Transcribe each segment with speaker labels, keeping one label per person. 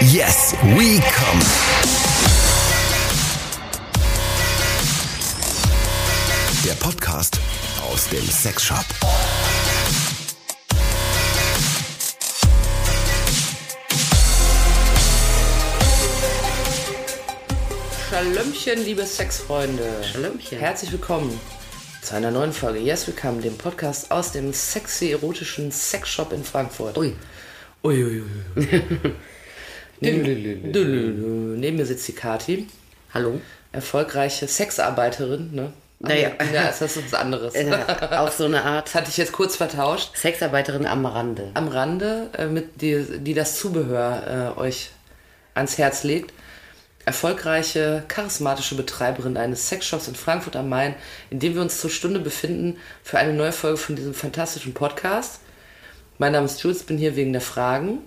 Speaker 1: Yes, we come. Der Podcast aus dem Sexshop.
Speaker 2: Schalömchen, liebe Sexfreunde. Schalömchen. Herzlich willkommen zu einer neuen Folge Yes We Come, dem Podcast aus dem sexy erotischen Sexshop in Frankfurt. Ui. Ui, ui, ui. Neben, Dülülü. Neben mir sitzt die Kati,
Speaker 3: Hallo?
Speaker 2: erfolgreiche Sexarbeiterin, ne?
Speaker 3: Naja.
Speaker 2: ja, ist das was anderes.
Speaker 3: Äh, auf so eine Art
Speaker 2: Das hatte ich jetzt kurz vertauscht.
Speaker 3: Sexarbeiterin am Rande.
Speaker 2: Am Rande, äh, mit die, die das Zubehör äh, euch ans Herz legt. Erfolgreiche, charismatische Betreiberin eines Sexshops in Frankfurt am Main, in dem wir uns zur Stunde befinden für eine neue Folge von diesem fantastischen Podcast. Mein Name ist Jules, bin hier wegen der Fragen.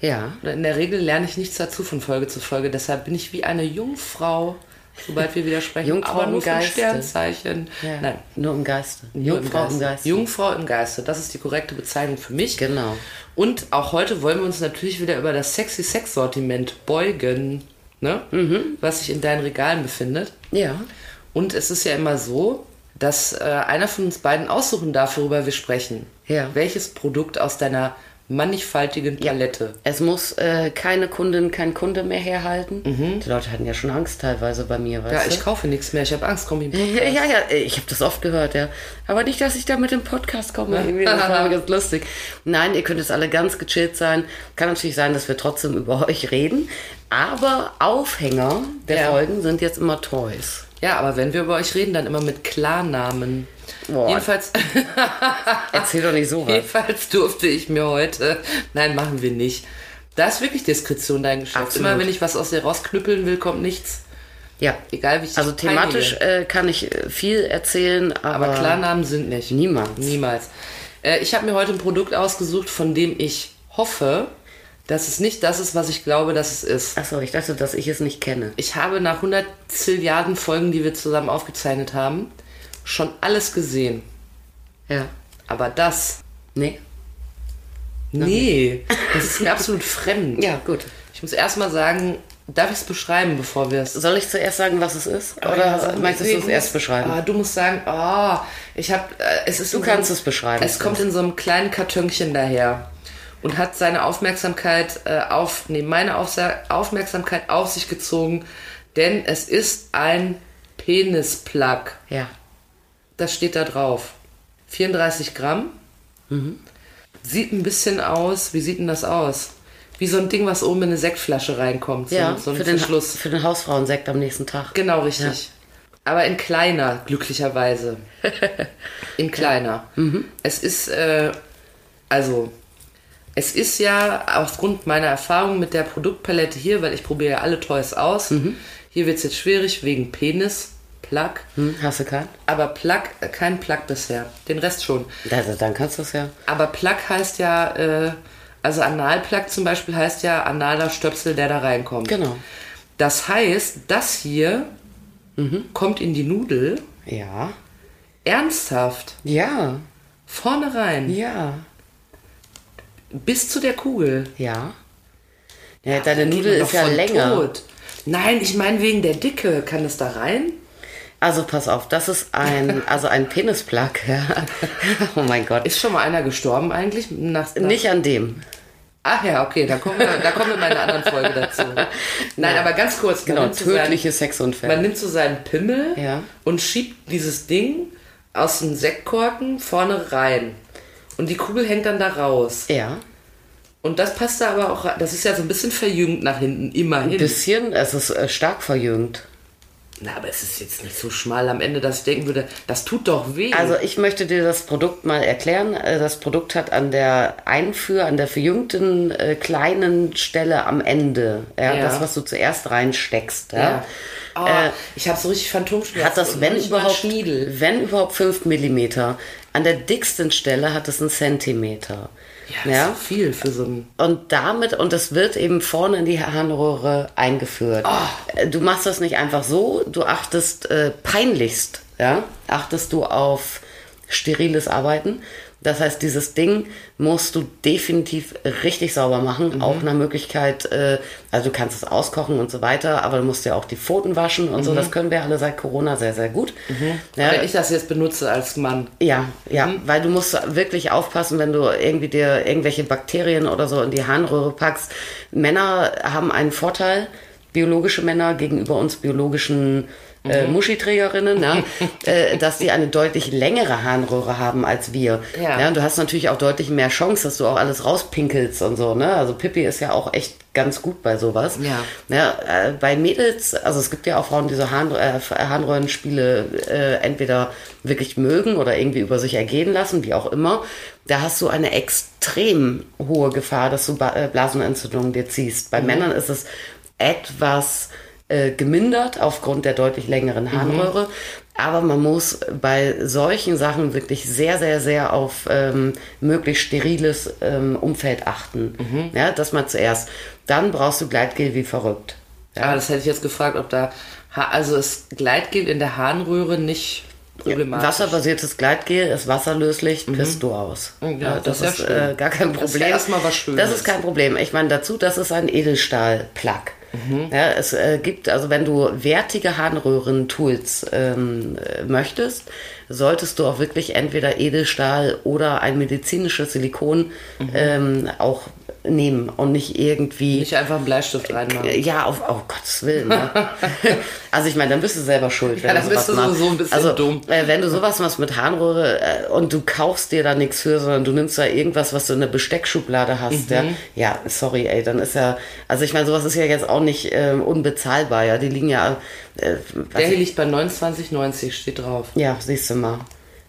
Speaker 3: Ja.
Speaker 2: Und In der Regel lerne ich nichts dazu von Folge zu Folge, deshalb bin ich wie eine Jungfrau, sobald wir wieder sprechen.
Speaker 3: Jungfrau
Speaker 2: aber nur
Speaker 3: im
Speaker 2: vom
Speaker 3: Geiste.
Speaker 2: Sternzeichen.
Speaker 3: ja.
Speaker 2: Nein,
Speaker 3: Nur im Geiste. Nur im
Speaker 2: Jungfrau im,
Speaker 3: Geiste.
Speaker 2: Geiste. Jungfrau im Geiste, das ist die korrekte Bezeichnung für mich.
Speaker 3: Genau.
Speaker 2: Und auch heute wollen wir uns natürlich wieder über das sexy Sex Sortiment beugen, ne?
Speaker 3: Mhm.
Speaker 2: was sich in deinen Regalen befindet.
Speaker 3: Ja.
Speaker 2: Und es ist ja immer so, dass äh, einer von uns beiden aussuchen darf, worüber wir sprechen.
Speaker 3: Ja.
Speaker 2: Welches Produkt aus deiner mannigfaltigen Palette.
Speaker 3: Es muss äh, keine Kundin, kein Kunde mehr herhalten. Die Leute hatten ja schon Angst teilweise bei mir,
Speaker 2: Mhm. Ja,
Speaker 3: weißt
Speaker 2: ich kaufe nichts mehr, ich habe Angst, komm ich
Speaker 3: du? Ja, ja, ich habe das oft gehört, ja. Aber nicht, dass ich da mit dem Podcast komme. Irgendwie, Das war ganz lustig. Nein, ihr könnt jetzt alle ganz gechillt sein. Kann natürlich sein, dass wir trotzdem über euch reden. Aber Aufhänger der
Speaker 2: Ja.
Speaker 3: Folgen sind jetzt immer Toys.
Speaker 2: Ja, aber wenn wir über euch reden, dann immer mit Klarnamen.
Speaker 3: Boah.
Speaker 2: Jedenfalls,
Speaker 3: Erzähl doch nicht sowas.
Speaker 2: jedenfalls durfte ich mir heute. Nein, machen wir nicht. Da ist wirklich Diskretion dein Geschäft.
Speaker 3: Absolut.
Speaker 2: Immer wenn ich was aus dir rausknüppeln will, kommt nichts.
Speaker 3: Ja.
Speaker 2: Egal wie ich
Speaker 3: Also
Speaker 2: das
Speaker 3: thematisch
Speaker 2: peinige.
Speaker 3: äh, kann ich äh, viel erzählen, aber,
Speaker 2: Aber Klarnamen sind nicht.
Speaker 3: Niemals.
Speaker 2: Niemals. Äh, ich habe mir heute ein Produkt ausgesucht, von dem ich hoffe, dass es nicht das ist, was ich glaube, dass es ist.
Speaker 3: Achso, ich dachte, dass ich es nicht kenne.
Speaker 2: Ich habe nach 100 Zilliarden Folgen, die wir zusammen aufgezeichnet haben, schon alles gesehen.
Speaker 3: Ja.
Speaker 2: Aber das
Speaker 3: Nee?
Speaker 2: Nee, das ist mir absolut fremd.
Speaker 3: Ja, gut.
Speaker 2: Ich muss erstmal sagen, darf ich es beschreiben, bevor wir es.
Speaker 3: Soll ich zuerst sagen, was es ist?
Speaker 2: Oh
Speaker 3: Oder möchtest
Speaker 2: Nee,
Speaker 3: du es erst
Speaker 2: musst-
Speaker 3: beschreiben?
Speaker 2: Ah, du musst sagen, ah, ich habe. Äh, es ist
Speaker 3: Du
Speaker 2: in
Speaker 3: kannst
Speaker 2: so,
Speaker 3: es beschreiben.
Speaker 2: Es kommt in so einem kleinen Kartönchen daher und hat seine Aufmerksamkeit äh, auf, nee, meine Aufsa Aufmerksamkeit auf sich gezogen, denn es ist ein Penisplug.
Speaker 3: Ja.
Speaker 2: Das steht da drauf. 34 Gramm.
Speaker 3: Mhm.
Speaker 2: Sieht ein bisschen aus, wie sieht denn das aus? Wie so ein Ding, was oben in eine Sektflasche reinkommt. So,
Speaker 3: Ja,
Speaker 2: ein- so ein
Speaker 3: für, den,
Speaker 2: Verschluss.
Speaker 3: für den Hausfrauensekt am nächsten Tag.
Speaker 2: Genau, richtig. Aber in kleiner, glücklicherweise. In kleiner.
Speaker 3: Mhm.
Speaker 2: Es ist, äh, also, es ist ja aufgrund meiner Erfahrung mit der Produktpalette hier, weil ich probiere ja alle Toys aus.
Speaker 3: Mhm.
Speaker 2: Hier wird es jetzt schwierig wegen Penis, Plug.
Speaker 3: Hm, hast du keinen?
Speaker 2: Aber Plug, äh, kein Plug bisher. Den Rest schon.
Speaker 3: Also, dann kannst du es ja.
Speaker 2: Aber Plug heißt ja, äh, also Analplug zum Beispiel heißt ja analer Stöpsel, der da reinkommt.
Speaker 3: Genau.
Speaker 2: Das heißt, das hier
Speaker 3: Mhm.
Speaker 2: kommt in die Nudel.
Speaker 3: Ja.
Speaker 2: Ernsthaft.
Speaker 3: Ja.
Speaker 2: Vorne rein.
Speaker 3: Ja.
Speaker 2: Bis zu der Kugel.
Speaker 3: Ja. ja deine
Speaker 2: Da geht
Speaker 3: Nudel
Speaker 2: man
Speaker 3: ist
Speaker 2: doch
Speaker 3: ja
Speaker 2: von
Speaker 3: länger.
Speaker 2: tot. Nein, ich meine wegen der Dicke. Kann das da rein?
Speaker 3: Also pass auf, das ist ein, also ein Penisplug. Ja. oh mein Gott.
Speaker 2: Ist schon mal einer gestorben eigentlich? Nach, nach
Speaker 3: Nicht an dem.
Speaker 2: Ach ja, okay, da kommen wir, da kommen wir in meiner anderen Folge dazu. Nein, aber ganz kurz. um man
Speaker 3: Genau,
Speaker 2: nimmt so seinen-
Speaker 3: tödliche Sexunfälle.
Speaker 2: Man nimmt so seinen Pimmel
Speaker 3: Ja.
Speaker 2: und schiebt dieses Ding aus dem Sektkorken vorne rein. Und die Kugel hängt dann da raus.
Speaker 3: Ja.
Speaker 2: Und das passt da aber auch, das ist ja so ein bisschen verjüngt nach hinten, immerhin.
Speaker 3: Bisschen, es ist äh, stark verjüngt.
Speaker 2: Na, aber es ist jetzt nicht so schmal am Ende, dass ich denken würde, das tut doch weh.
Speaker 3: Also ich möchte dir das Produkt mal erklären. Äh, Das Produkt hat an der Einführ, an der verjüngten äh, kleinen Stelle am Ende, ja,
Speaker 2: Ja.
Speaker 3: das, was du zuerst reinsteckst, ja,
Speaker 2: ja. Oh,
Speaker 3: Äh,
Speaker 2: ich habe so richtig Phantomschmerzen.
Speaker 3: hat das,
Speaker 2: und
Speaker 3: wenn
Speaker 2: manchmal
Speaker 3: überhaupt,
Speaker 2: Schniedel.
Speaker 3: wenn überhaupt 5 mm. An der dicksten Stelle hat es einen Zentimeter.
Speaker 2: Ja, das ist viel für so ein.
Speaker 3: Und damit, und das wird eben vorne in die Harnröhre eingeführt. Äh, Du machst das nicht einfach so, du achtest äh, peinlichst, ja, achtest du auf steriles Arbeiten. Das heißt, dieses Ding musst du definitiv richtig sauber machen, auch nach Möglichkeit, äh, also du kannst es auskochen und so weiter, aber du musst ja auch die Pfoten waschen und so, das können wir alle seit Corona sehr, sehr gut. Ja,
Speaker 2: Wenn ich das jetzt benutze als Mann.
Speaker 3: ja, ja, weil du musst wirklich aufpassen, wenn du irgendwie dir irgendwelche Bakterien oder so in die Harnröhre packst. Männer haben einen Vorteil, biologische Männer gegenüber uns biologischen äh, Muschiträgerinnen, ne? äh, dass die eine deutlich längere Harnröhre haben als wir.
Speaker 2: Ja.
Speaker 3: Ja, und du hast natürlich auch deutlich mehr Chance, dass du auch alles rauspinkelst und so. Ne? Also Pippi ist ja auch echt ganz gut bei sowas.
Speaker 2: Ja.
Speaker 3: Ja, äh, bei Mädels, also es gibt ja auch Frauen, die so Harn, äh, Harnröhrenspiele äh, entweder wirklich mögen oder irgendwie über sich ergehen lassen, wie auch immer. Da hast du eine extrem hohe Gefahr, dass du ba äh, Blasenentzündungen dir ziehst. Bei Männern ist es etwas äh, gemindert aufgrund der deutlich längeren Harnröhre. Aber man muss bei solchen Sachen wirklich sehr, sehr, sehr auf ähm, möglichst steriles ähm, Umfeld achten. Ja, das mal zuerst. Dann brauchst du Gleitgel wie verrückt.
Speaker 2: Ja. Aber das hätte ich jetzt gefragt, ob da, Ha- also das Gleitgel in der Harnröhre nicht problematisch. Mhm.
Speaker 3: Wasserbasiertes Gleitgel ist wasserlöslich, pisst du aus.
Speaker 2: Ja, das
Speaker 3: das,
Speaker 2: ist ja
Speaker 3: ist
Speaker 2: schön.
Speaker 3: äh, gar kein
Speaker 2: Das ist ja
Speaker 3: Problem.
Speaker 2: erstmal was Schönes.
Speaker 3: Das ist kein Problem. Ich meine dazu, das ist ein Edelstahl-Plug.
Speaker 2: Mhm.
Speaker 3: Ja, es äh, gibt, also wenn du wertige Harnröhren-Tools ähm, äh, möchtest, solltest du auch wirklich entweder Edelstahl oder ein medizinisches Silikon ähm, auch nehmen und nicht irgendwie
Speaker 2: Mhm. nicht einfach einen Bleistift
Speaker 3: äh,
Speaker 2: reinmachen.
Speaker 3: Ja, auf, oh Gottes Willen. Ne? also ich meine, dann bist du selber schuld. Wenn
Speaker 2: Ja, dann
Speaker 3: sowas
Speaker 2: bist du sowieso
Speaker 3: machst.
Speaker 2: ein bisschen
Speaker 3: also,
Speaker 2: dumm.
Speaker 3: Äh, wenn du sowas machst mit Harnröhre äh, und du kaufst dir da nichts für, sondern du nimmst da irgendwas, was du in der Besteckschublade hast, ja,
Speaker 2: Mhm.
Speaker 3: ja, sorry, ey, dann ist ja, also ich meine, sowas ist ja jetzt auch nicht äh, unbezahlbar, ja, die liegen ja, äh,
Speaker 2: Der
Speaker 3: weiß
Speaker 2: hier
Speaker 3: ich,
Speaker 2: liegt bei 29,90, steht drauf.
Speaker 3: ja, siehst du mal.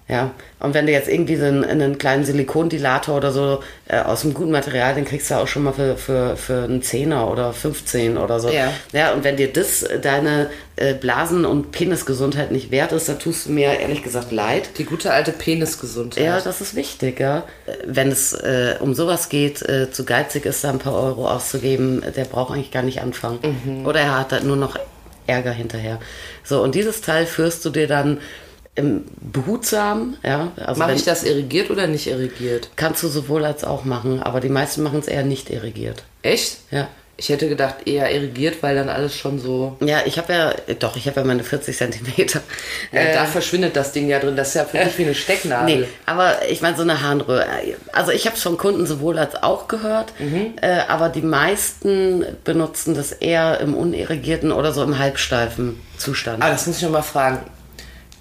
Speaker 3: Ja, und wenn du jetzt irgendwie so einen, einen kleinen Silikondilator oder so äh, aus einem guten Material, den kriegst du auch schon mal für, für, für einen Zehner oder 15 oder so.
Speaker 2: Ja.
Speaker 3: ja und wenn dir das äh, deine äh, Blasen- und Penisgesundheit nicht wert ist, dann tust du mir ehrlich gesagt leid.
Speaker 2: Die gute alte Penisgesundheit.
Speaker 3: Ja, das ist wichtig, ja. Äh, Wenn es äh, um sowas geht, äh, zu geizig ist, da ein paar Euro auszugeben, äh, der braucht eigentlich gar nicht anfangen.
Speaker 2: Mhm.
Speaker 3: Oder er hat halt nur noch Ärger hinterher. So, und dieses Teil führst du dir dann ähm, behutsam, ja. Also
Speaker 2: Mache
Speaker 3: wenn-
Speaker 2: ich das irrigiert oder nicht irrigiert?
Speaker 3: Kannst du sowohl als auch machen, aber die meisten machen es eher nicht irrigiert.
Speaker 2: Echt?
Speaker 3: Ja.
Speaker 2: Ich hätte gedacht, eher irrigiert, weil dann alles schon so.
Speaker 3: Ja, ich habe ja, äh, doch, ich habe ja meine 40 Zentimeter.
Speaker 2: Ja,
Speaker 3: Äh,
Speaker 2: da verschwindet das Ding ja drin. Das ist ja für mich wie eine Stecknadel.
Speaker 3: Nee, aber ich meine, so eine Harnröhre. Also ich habe es von Kunden sowohl als auch gehört, äh, aber die meisten benutzen das eher im unirrigierten oder so im halbsteifen Zustand.
Speaker 2: Ah, das muss ich noch mal fragen.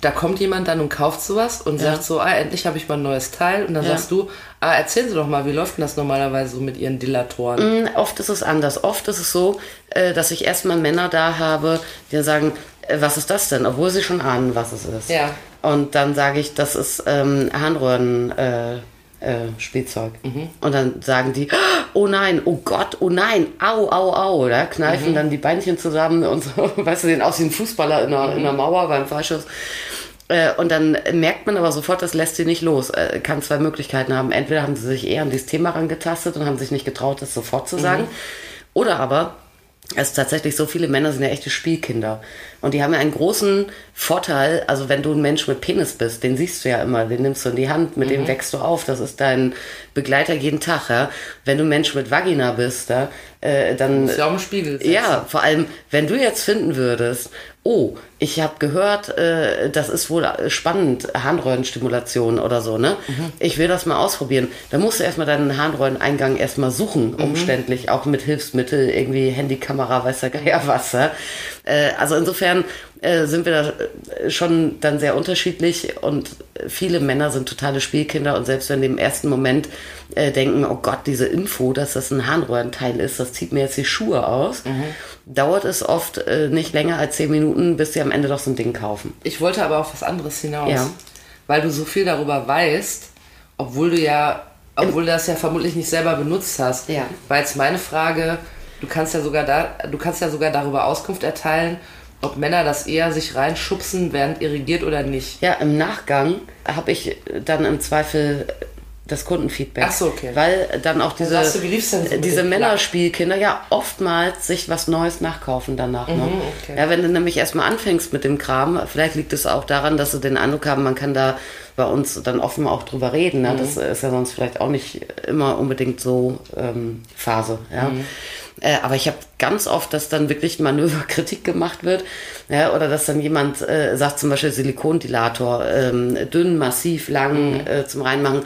Speaker 2: Da kommt jemand dann und kauft sowas und sagt so, ah, endlich habe ich mal ein neues Teil. Und dann
Speaker 3: Ja.
Speaker 2: sagst du, ah, erzählen Sie doch mal, wie läuft denn das normalerweise so mit Ihren Dilatoren?
Speaker 3: Mm, Oft ist es anders. Oft ist es so, äh, dass ich erstmal Männer da habe, die dann sagen, äh, was ist das denn? Obwohl sie schon ahnen, was es ist.
Speaker 2: Ja.
Speaker 3: Und dann sage ich, das ist ähm, Harnröhren. Äh, äh, Spielzeug. Und dann sagen die, oh nein, oh Gott, oh nein, au, au, au, oder? Kneifen dann die Beinchen zusammen und so, weißt du, sehen aus wie ein Fußballer in der, in der Mauer beim Freischuss. Äh, Und dann merkt man aber sofort, das lässt sie nicht los. Äh, Kann zwei Möglichkeiten haben. Entweder haben sie sich eher an dieses Thema rangetastet und haben sich nicht getraut, das sofort zu sagen. Oder aber es ist tatsächlich so, viele Männer sind ja echte Spielkinder. Und die haben ja einen großen Vorteil, also wenn du ein Mensch mit Penis bist, den siehst du ja immer, den nimmst du in die Hand, mit dem wächst du auf, das ist dein Begleiter jeden Tag. Ja? Wenn du ein Mensch mit Vagina bist, ja, äh, dann
Speaker 2: Ist ja auch im Spiegel. gesetzt.
Speaker 3: ja, vor allem, wenn du jetzt finden würdest, oh, ich habe gehört, äh, das ist wohl äh, spannend, Harnröhrenstimulation oder so, ne? Ich will das mal ausprobieren. Dann musst du erstmal deinen Harnröhreneingang erstmal suchen, umständlich, auch mit Hilfsmittel, irgendwie Handykamera, weiß der Geier was. Ja? Äh, also insofern äh, sind wir da äh, schon dann sehr unterschiedlich und viele Männer sind totale Spielkinder und selbst wenn die im ersten Moment äh, denken, oh Gott, diese Info, dass das ein Harnröhrenteil ist, das zieht mir jetzt die Schuhe aus,
Speaker 2: Mhm.
Speaker 3: dauert es oft äh, nicht länger als zehn Minuten, bis sie am Ende doch so ein Ding kaufen.
Speaker 2: Ich wollte aber auf was anderes hinaus.
Speaker 3: Ja.
Speaker 2: Weil du so viel darüber weißt, obwohl du ja, obwohl du das ja vermutlich nicht selber benutzt hast.
Speaker 3: Ja.
Speaker 2: War jetzt meine Frage, du kannst ja sogar da, du kannst ja sogar darüber Auskunft erteilen, ob Männer das eher sich reinschubsen, während irrigiert oder nicht.
Speaker 3: Ja, im Nachgang habe ich dann im Zweifel das Kundenfeedback.
Speaker 2: Ach so, okay.
Speaker 3: Weil dann auch diese,
Speaker 2: sagst Also, du, wie lief's denn so mit
Speaker 3: Äh, diese
Speaker 2: dem Plug?
Speaker 3: Männerspielkinder ja oftmals sich was Neues nachkaufen danach ne? noch.
Speaker 2: Mhm, okay.
Speaker 3: Ja, wenn du nämlich erstmal anfängst mit dem Kram, vielleicht liegt es auch daran, dass du den Eindruck haben, man kann da bei uns dann offen auch drüber reden.
Speaker 2: Mhm.
Speaker 3: Ne? Das ist ja sonst vielleicht auch nicht immer unbedingt so ähm, Phase. Ja?
Speaker 2: Mhm.
Speaker 3: Äh, aber ich habe ganz oft, dass dann wirklich Manöverkritik gemacht wird ja? oder dass dann jemand äh, sagt, zum Beispiel Silikondilator, ähm, dünn, massiv, lang
Speaker 2: Mhm.
Speaker 3: äh, zum Reinmachen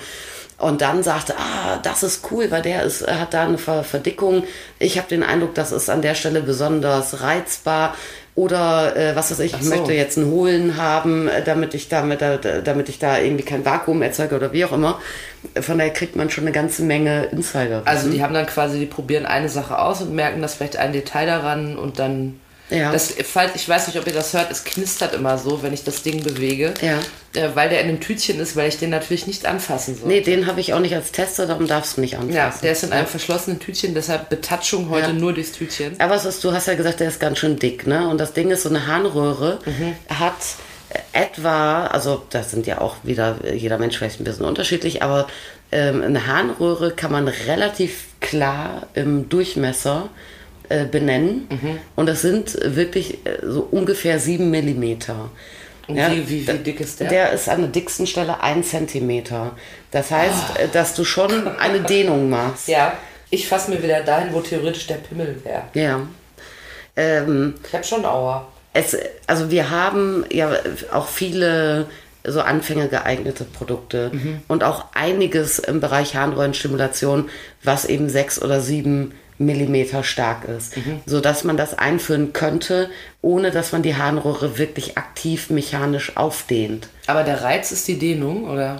Speaker 3: und dann sagte, ah, das ist cool, weil der ist, hat da eine Ver Verdickung. Ich habe den Eindruck, das ist an der Stelle besonders reizbar. Oder äh, was weiß ich,
Speaker 2: Ach
Speaker 3: ich
Speaker 2: so.
Speaker 3: möchte jetzt einen Hohlen haben, äh, damit ich, damit, da, damit ich da irgendwie kein Vakuum erzeuge oder wie auch immer. Von daher kriegt man schon eine ganze Menge Insider.
Speaker 2: Also die haben dann quasi, die probieren eine Sache aus und merken das vielleicht ein Detail daran und dann.
Speaker 3: Ja.
Speaker 2: Das, falls, ich weiß nicht, ob ihr das hört, es knistert immer so, wenn ich das Ding bewege.
Speaker 3: Ja.
Speaker 2: Äh, weil der in einem Tütchen ist, weil ich den natürlich nicht anfassen soll.
Speaker 3: nee, den habe ich auch nicht als Tester, darum darfst du nicht anfassen.
Speaker 2: Ja, der ist in einem verschlossenen Tütchen, deshalb Betatschung heute
Speaker 3: Ja.
Speaker 2: nur durchs Tütchen.
Speaker 3: Aber es ist, du hast ja gesagt, der ist ganz schön dick, ne? Und das Ding ist, so eine Harnröhre hat äh, etwa, also das sind ja auch wieder, äh, jeder Mensch vielleicht ein bisschen unterschiedlich, aber ähm, eine Harnröhre kann man relativ klar im Durchmesser äh, benennen.
Speaker 2: Mhm.
Speaker 3: Und das sind wirklich äh, so ungefähr sieben Millimeter.
Speaker 2: Und wie- wie- wie
Speaker 3: da-
Speaker 2: dick ist der?
Speaker 3: Der ist an der dicksten Stelle ein Zentimeter. Das heißt,
Speaker 2: Ah.
Speaker 3: äh, dass du schon eine Dehnung machst.
Speaker 2: Ja, ich fasse mir wieder dahin, wo theoretisch der Pimmel wäre.
Speaker 3: ja. Ähm,
Speaker 2: Ich habe schon Aua.
Speaker 3: Es, also wir haben ja auch viele so anfängergeeignete Produkte und auch einiges im Bereich Harnröhrenstimulation, was eben sechs oder sieben Millimeter stark ist, so dass man das einführen könnte, ohne dass man die Harnröhre wirklich aktiv mechanisch aufdehnt.
Speaker 2: Aber der Reiz ist die Dehnung, oder?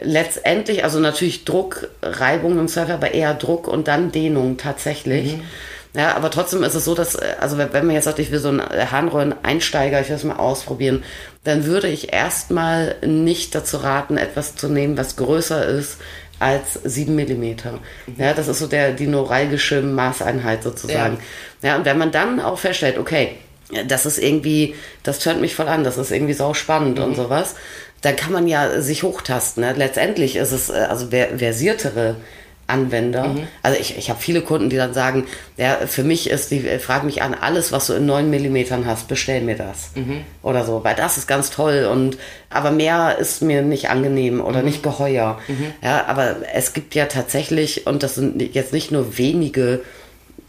Speaker 3: Letztendlich, also natürlich Druck, Reibung im Surfer, aber eher Druck und dann Dehnung tatsächlich. Ja, aber trotzdem ist es so, dass, äh, also wenn wenn man jetzt sagt, ich will so einen Harnröhren-Einsteiger, ich will das mal ausprobieren, dann würde ich erstmal nicht dazu raten, etwas zu nehmen, was größer ist als 7 Millimeter. Ja, das ist so der, die neuralgische Maßeinheit sozusagen. Ja, und wenn man dann auch feststellt, okay, das ist irgendwie, das tönt mich voll an, das ist irgendwie sau spannend und sowas, dann kann man ja sich hochtasten. Ne? Letztendlich ist es, äh, also wer- versiertere Anwender, also ich, ich habe viele Kunden, die dann sagen, ja, für mich ist, die äh, fragen mich an, alles, was du in 9 Millimetern hast, bestell mir das. Oder so, weil das ist ganz toll und aber mehr ist mir nicht angenehm oder nicht geheuer. Ja, aber es gibt ja tatsächlich, und das sind jetzt nicht nur wenige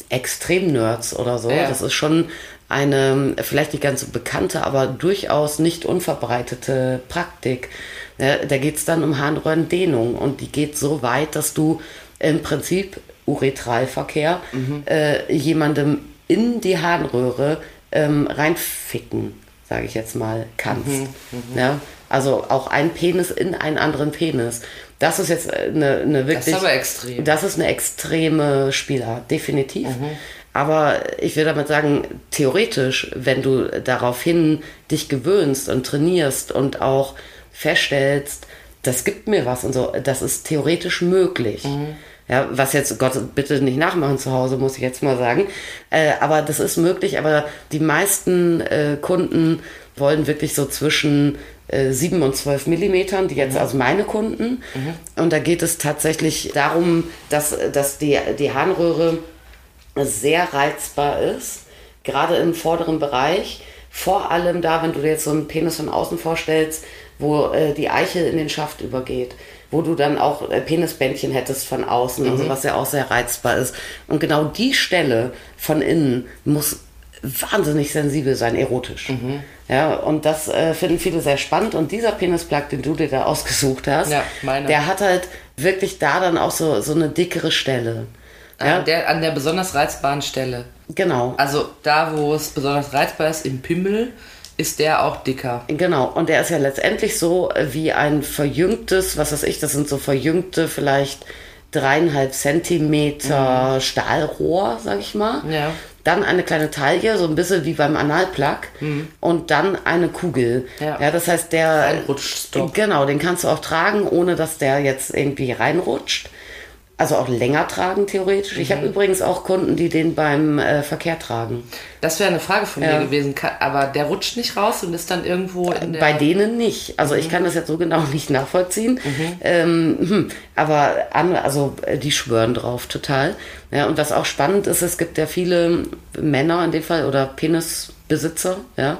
Speaker 3: Extrem-Nerds oder so.
Speaker 2: Ja.
Speaker 3: Das ist schon eine vielleicht nicht ganz so bekannte, aber durchaus nicht unverbreitete Praktik. Ne, Da geht es dann um Harnröhrendehnung und die geht so weit, dass du im Prinzip Uretralverkehr äh, jemandem in die Harnröhre ähm, reinficken, sage ich jetzt mal, kannst. Ja? Also auch ein Penis in einen anderen Penis. Das ist jetzt äh, eine, eine wirklich.
Speaker 2: aber extrem. Mhm.
Speaker 3: Das ist eine extreme Spielart, definitiv. Aber ich will damit sagen, theoretisch, wenn du daraufhin dich gewöhnst und trainierst und auch feststellst, das gibt mir was und so, das ist theoretisch möglich.
Speaker 2: Mhm.
Speaker 3: Ja, was jetzt, Gott, bitte nicht nachmachen zu Hause, muss ich jetzt mal sagen. Äh, aber das ist möglich, aber die meisten äh, Kunden wollen wirklich so zwischen äh, 7 und 12 Millimetern, die jetzt also meine Kunden. Und da geht es tatsächlich darum, dass, dass die, die Harnröhre sehr reizbar ist, gerade im vorderen Bereich. Vor allem da, wenn du dir jetzt so einen Penis von außen vorstellst, wo äh, die Eichel in den Schaft übergeht, wo du dann auch äh, Penisbändchen hättest von außen,
Speaker 2: Mhm.
Speaker 3: also was ja auch sehr reizbar ist. Und genau die Stelle von innen muss wahnsinnig sensibel sein, erotisch.
Speaker 2: Mhm.
Speaker 3: Ja, und das äh, finden viele sehr spannend. Und dieser Penisplug, den du dir da ausgesucht hast,
Speaker 2: Ja, meiner.
Speaker 3: der hat halt wirklich da dann auch so, so eine dickere Stelle. Ja,
Speaker 2: An, Ah, der, an der besonders reizbaren Stelle.
Speaker 3: genau.
Speaker 2: Also da, wo es besonders reizbar ist, im Pimmel, ist der auch dicker.
Speaker 3: Genau, und der ist ja letztendlich so äh, wie ein verjüngtes, was weiß ich, das sind so verjüngte vielleicht dreieinhalb Zentimeter Stahlrohr, sag ich mal.
Speaker 2: Mhm. Ja.
Speaker 3: Dann eine kleine Taille, so ein bisschen wie beim Analplug. Und dann eine Kugel.
Speaker 2: Mhm. Ja.
Speaker 3: das heißt, der.
Speaker 2: Reinrutschstock.
Speaker 3: Genau, den kannst du auch tragen, ohne dass der jetzt irgendwie reinrutscht. Also auch länger tragen, theoretisch.
Speaker 2: Mhm.
Speaker 3: Ich habe übrigens auch Kunden, die den beim äh, Verkehr tragen.
Speaker 2: Das wäre eine Frage von
Speaker 3: Ja. Äh,
Speaker 2: mir gewesen, Ka- aber der rutscht nicht raus und ist dann irgendwo in der.
Speaker 3: Bei denen nicht. Also ich kann das jetzt so genau nicht nachvollziehen. Ähm, hm, aber an, also äh, die schwören drauf total. Ja, und was auch spannend ist, es gibt ja viele Männer in dem Fall oder Penisbesitzer, ja,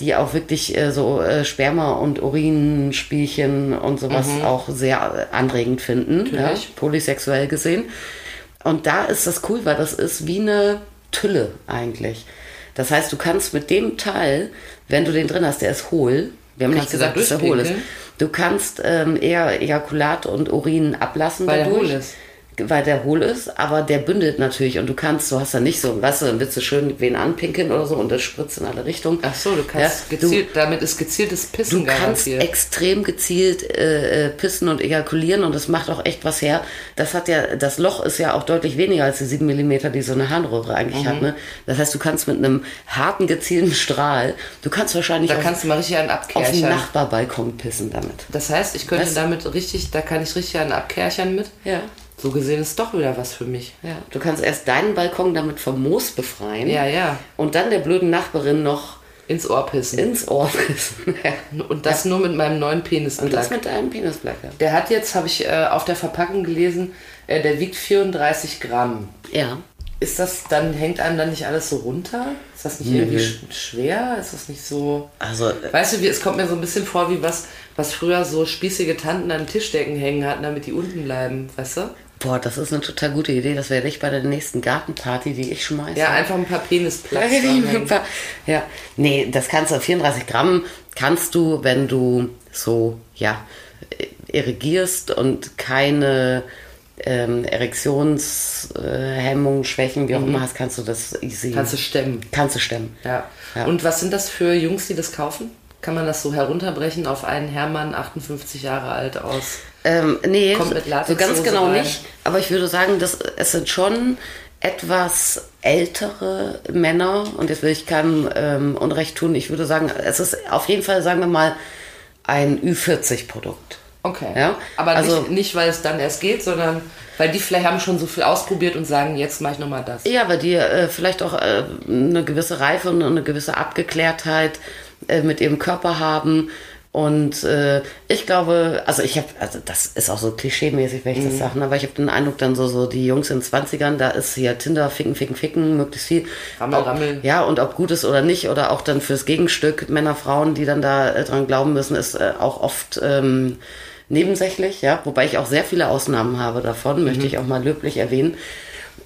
Speaker 3: die auch wirklich äh, so äh, Sperma- und Urinspielchen und sowas auch sehr äh, anregend finden, ja,
Speaker 2: Natürlich.
Speaker 3: polysexuell gesehen. Und da ist das cool, weil das ist wie eine Tülle eigentlich. Das heißt, du kannst mit dem Teil, wenn du den drin hast, der ist hohl. Wir haben
Speaker 2: Kannst
Speaker 3: nicht
Speaker 2: du
Speaker 3: gesagt,
Speaker 2: da
Speaker 3: dass der hohl ist.
Speaker 2: durchpinkeln?
Speaker 3: Du kannst ähm, eher Ejakulat und Urin ablassen
Speaker 2: Weil der
Speaker 3: dadurch,
Speaker 2: hohl ist.
Speaker 3: Weil der hohl ist, aber der bündelt natürlich und du kannst, du hast da nicht so, weißt du, dann willst du schön wen anpinkeln oder so und das spritzt in alle Richtungen.
Speaker 2: Ach so, du kannst
Speaker 3: Ja,
Speaker 2: gezielt, damit ist gezieltes Pissen
Speaker 3: Du kannst
Speaker 2: garantiert.
Speaker 3: extrem gezielt äh, äh, pissen und ejakulieren und das macht auch echt was her. Das hat ja, das Loch ist ja auch deutlich weniger als die 7 mm, die so eine Harnröhre eigentlich
Speaker 2: Mhm.
Speaker 3: hat. Ne? Das heißt, du kannst mit einem harten, gezielten Strahl, du kannst wahrscheinlich
Speaker 2: da
Speaker 3: auf,
Speaker 2: kannst du mal richtig einen
Speaker 3: auf den
Speaker 2: abkärchern.
Speaker 3: Nachbarbalkon pissen damit.
Speaker 2: Das heißt, ich könnte
Speaker 3: Was?
Speaker 2: damit richtig, da kann ich richtig einen abkärchern mit.
Speaker 3: Ja.
Speaker 2: So gesehen ist doch wieder was für mich.
Speaker 3: Ja. Du kannst erst deinen Balkon damit vom Moos befreien.
Speaker 2: Ja, ja.
Speaker 3: Und dann der blöden Nachbarin noch
Speaker 2: Ins Ohr pissen.
Speaker 3: ins Ohr pissen. Ja.
Speaker 2: Und das nur mit meinem neuen
Speaker 3: Und das
Speaker 2: Penisplug.
Speaker 3: mit einem Penisblacker.
Speaker 2: Der hat jetzt, habe ich äh, auf der Verpackung gelesen, äh, der wiegt 34 Gramm.
Speaker 3: Ja.
Speaker 2: Ist das dann, hängt einem dann nicht alles so runter? Ist das nicht irgendwie sch schwer? Ist das nicht so.
Speaker 3: Also,
Speaker 2: Weißt du, wie, es kommt mir so ein bisschen vor, wie was, was früher so spießige Tanten an Tischdecken hängen hatten, damit die unten bleiben, weißt du?
Speaker 3: Boah, das ist eine total gute Idee. Das werde ich bei der nächsten Gartenparty, die ich schmeiße.
Speaker 2: Ja, einfach ein paar Penisplatz. dranhängen.
Speaker 3: ja. ja. Nee, das kannst du, 34 Gramm kannst du, wenn du so, ja, irrigierst und keine ähm, Erektionshemmungen, Schwächen, wie auch immer hast, kannst du das easy.
Speaker 2: Mhm. Kannst du stemmen.
Speaker 3: kannst du stemmen.
Speaker 2: Ja.
Speaker 3: Ja.
Speaker 2: Und was sind das für Jungs, die das kaufen? Kann man das so herunterbrechen auf einen Hermann, 58 Jahre alt aus?
Speaker 3: Ähm, nee,
Speaker 2: Kommt mit
Speaker 3: so- so ganz
Speaker 2: Latexhose
Speaker 3: genau
Speaker 2: rein.
Speaker 3: nicht. Aber ich würde sagen, das, es sind schon etwas ältere Männer. Und jetzt will ich keinem ähm, Unrecht tun. Ich würde sagen, es ist auf jeden Fall, sagen wir mal, ein Ü40-Produkt.
Speaker 2: Okay.
Speaker 3: Ja,
Speaker 2: Aber
Speaker 3: also-
Speaker 2: nicht, nicht, weil es dann erst geht, sondern weil die vielleicht haben schon so viel ausprobiert und sagen, jetzt mache ich nochmal das.
Speaker 3: Ja, weil die äh, vielleicht auch äh, eine gewisse Reife und eine gewisse Abgeklärtheit äh, mit ihrem Körper haben. Und äh, ich glaube, also ich habe, also das ist auch so klischee-mäßig, wenn ich das sage, ne? aber ich habe den Eindruck, dann so, so die Jungs in den 20ern, da ist hier Tinder, ficken, ficken, ficken, möglichst viel.
Speaker 2: Rammel,
Speaker 3: ob,
Speaker 2: rammel.
Speaker 3: Ja, und ob gut ist oder nicht, oder auch dann fürs Gegenstück Männer, Frauen, die dann da äh, dran glauben müssen, ist äh, auch oft ähm, nebensächlich, ja, wobei ich auch sehr viele Ausnahmen habe davon, möchte ich auch mal löblich erwähnen.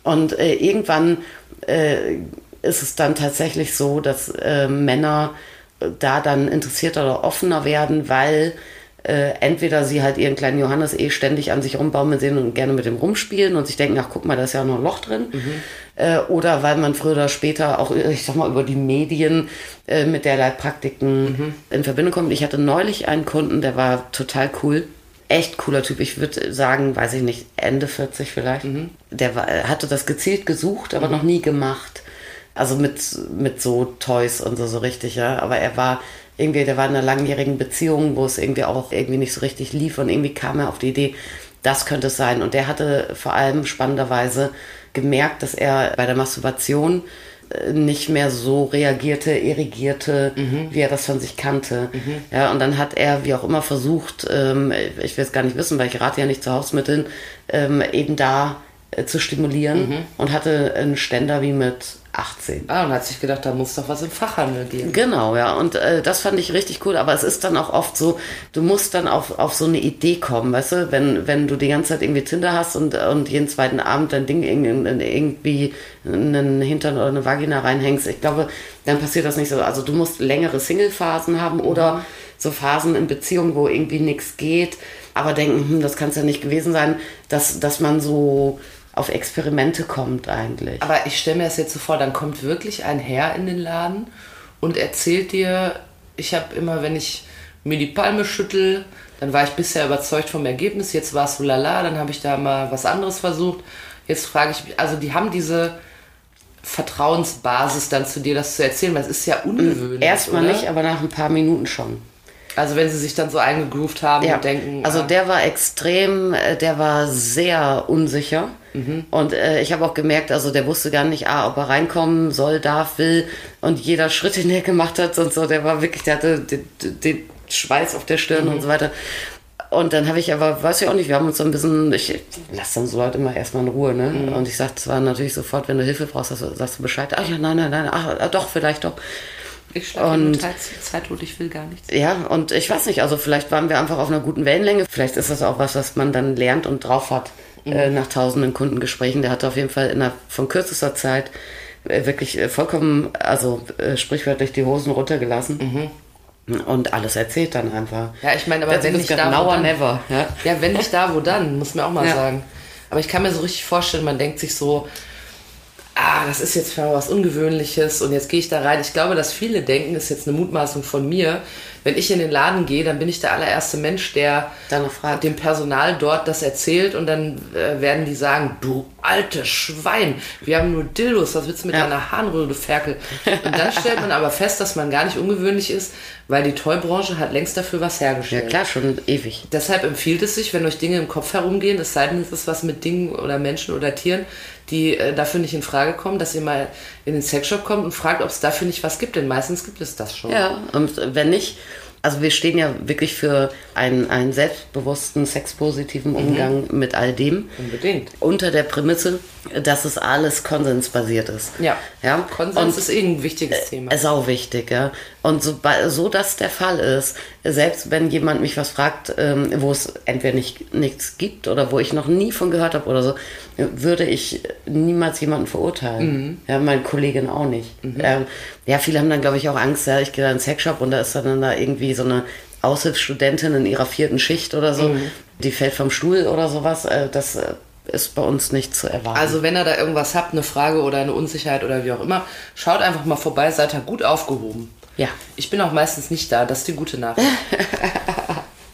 Speaker 3: Und äh, irgendwann äh, ist es dann tatsächlich so, dass äh, Männer äh, da dann interessierter oder offener werden, weil äh, entweder sie halt ihren kleinen Johannes eh ständig an sich rumbaumeln sehen und gerne mit dem rumspielen und sich denken, ach guck mal, da ist ja noch ein Loch drin. Äh, oder weil man früher oder später auch, äh, ich sag mal, über die Medien äh, mit derlei Praktiken in Verbindung kommt. Ich hatte neulich einen Kunden, der war total cool. Echt cooler Typ. Ich würde sagen, weiß ich nicht, Ende 40 vielleicht. Der war, äh, hatte das gezielt gesucht, aber noch nie gemacht. Also mit, mit so Toys und so, so richtig, ja. Aber er war irgendwie, der war in einer langjährigen Beziehung, wo es irgendwie auch irgendwie nicht so richtig lief und irgendwie kam er auf die Idee, das könnte es sein. Und der hatte vor allem spannenderweise gemerkt, dass er bei der Masturbation äh, nicht mehr so reagierte, irrigierte, wie er das von sich kannte. Ja, und dann hat er, wie auch immer, versucht, ähm, ich will es gar nicht wissen, weil ich rate ja nicht zu Hausmitteln, ähm, eben da äh, zu stimulieren und hatte einen Ständer wie mit 18.
Speaker 2: Ah, und hat sich gedacht, da muss doch was im Fachhandel geben.
Speaker 3: Genau, ja. Und äh, das fand ich richtig cool. Aber es ist dann auch oft so, du musst dann auf, auf so eine Idee kommen, weißt du? Wenn, wenn du die ganze Zeit irgendwie Tinder hast und, und jeden zweiten Abend dein Ding in, in, in irgendwie einen Hintern oder eine Vagina reinhängst, ich glaube, dann passiert das nicht so. Also du musst längere Single-Phasen haben oder so Phasen in Beziehungen, wo irgendwie nichts geht, aber denken, hm, das kann es ja nicht gewesen sein, dass, dass man so auf Experimente kommt eigentlich.
Speaker 2: Aber ich stelle mir das jetzt so vor, dann kommt wirklich ein Herr in den Laden und erzählt dir, ich habe immer, wenn ich mir die Palme schüttel, dann war ich bisher überzeugt vom Ergebnis, jetzt war es so lala, dann habe ich da mal was anderes versucht. Jetzt frage ich mich, also die haben diese Vertrauensbasis dann zu dir, das zu erzählen, weil es ist ja ungewöhnlich.
Speaker 3: Erstmal
Speaker 2: oder?
Speaker 3: nicht, aber nach ein paar Minuten schon.
Speaker 2: Also wenn sie sich dann so eingegroovt haben
Speaker 3: Ja,
Speaker 2: und denken,
Speaker 3: also
Speaker 2: ah,
Speaker 3: der war extrem, äh, der war sehr unsicher.
Speaker 2: Mhm.
Speaker 3: Und äh, ich habe auch gemerkt, also der wusste gar nicht, ah, ob er reinkommen soll, darf, will. Und jeder Schritt, den er gemacht hat und so, der war wirklich, der hatte den, den Schweiß auf der Stirn
Speaker 2: Mhm.
Speaker 3: und so weiter. Und dann habe ich aber, weiß ich auch nicht, wir haben uns so ein bisschen, ich lasse dann so Leute immer erstmal in Ruhe, ne?
Speaker 2: Mhm.
Speaker 3: Und ich sagte zwar natürlich sofort, wenn du Hilfe brauchst, sagst du- sagst du Bescheid. Ach ja, nein, nein, nein, ach ah, doch, ah, vielleicht doch.
Speaker 2: Ich schlage
Speaker 3: Und-
Speaker 2: nur teils die Zeit und ich will gar nichts.
Speaker 3: Ja, und ich weiß nicht, also vielleicht waren wir einfach auf einer guten Wellenlänge. Vielleicht ist das auch was, was man dann lernt und drauf hat
Speaker 2: Mhm.
Speaker 3: äh, nach tausenden Kundengesprächen. Der hatte auf jeden Fall innerhalb von kürzester Zeit äh, wirklich äh, vollkommen, also äh, sprichwörtlich die Hosen runtergelassen. Und alles erzählt dann einfach.
Speaker 2: Mhm. Ja, ich meine, aber
Speaker 3: Jetzt
Speaker 2: wenn
Speaker 3: ist
Speaker 2: ich
Speaker 3: es
Speaker 2: da
Speaker 3: now
Speaker 2: wo
Speaker 3: or
Speaker 2: dann-
Speaker 3: never. Ja.
Speaker 2: Ja, wenn nicht da, wo dann, muss man auch mal
Speaker 3: Ja.
Speaker 2: sagen. Aber ich kann mir so richtig vorstellen, man denkt sich so, ah, das ist jetzt mal was Ungewöhnliches und jetzt gehe ich da rein. Ich glaube, dass viele denken, ist jetzt eine Mutmaßung von mir, wenn ich in den Laden gehe, dann bin ich der allererste Mensch, der
Speaker 3: Danach fragt.
Speaker 2: äh, dem Personal dort das erzählt und dann äh, werden die sagen, du altes Schwein, wir haben nur Dildos, was willst du mit
Speaker 3: Ja.
Speaker 2: deiner Harnröhre, du Ferkel? Und dann stellt man aber fest, dass man gar nicht ungewöhnlich ist, weil die Toybranche hat längst dafür was
Speaker 3: Ja
Speaker 2: hergestellt.
Speaker 3: klar, schon ewig.
Speaker 2: Deshalb empfiehlt es sich, wenn euch Dinge im Kopf herumgehen, es sei denn, es ist was mit Dingen oder Menschen oder Tieren, die äh, dafür nicht in Frage kommen, dass ihr mal in den Sexshop kommt und fragt, ob es dafür nicht was gibt, denn meistens gibt es das schon.
Speaker 3: Ja, und äh, wenn nicht, also wir stehen ja wirklich für einen, einen selbstbewussten, sexpositiven Umgang mit all dem.
Speaker 2: Mhm. Unbedingt.
Speaker 3: Unter der Prämisse, dass es alles konsensbasiert ist.
Speaker 2: Ja.
Speaker 3: ja?
Speaker 2: Konsens
Speaker 3: und äh,
Speaker 2: ist eh ein wichtiges Thema.
Speaker 3: Sau wichtig, ja. Und so, so dass der Fall ist, selbst wenn jemand mich was fragt, ähm, wo es entweder nicht, nichts gibt oder wo ich noch nie von gehört habe oder so, würde ich niemals jemanden verurteilen.
Speaker 2: Mhm.
Speaker 3: Ja, meine Kollegin auch nicht. Ähm, ja, viele haben dann, glaube ich, auch Angst, ja, ich gehe da in den Sexshop und da ist dann da irgendwie so eine Aushilfsstudentin in ihrer vierten Schicht oder so,
Speaker 2: Mhm.
Speaker 3: die fällt vom Stuhl oder sowas. Äh, das äh, ist bei uns nicht zu erwarten.
Speaker 2: Also wenn ihr da irgendwas habt, eine Frage oder eine Unsicherheit oder wie auch immer, schaut einfach mal vorbei, seid da gut aufgehoben.
Speaker 3: ja.
Speaker 2: Ich bin auch meistens nicht da, das ist die gute Nachricht.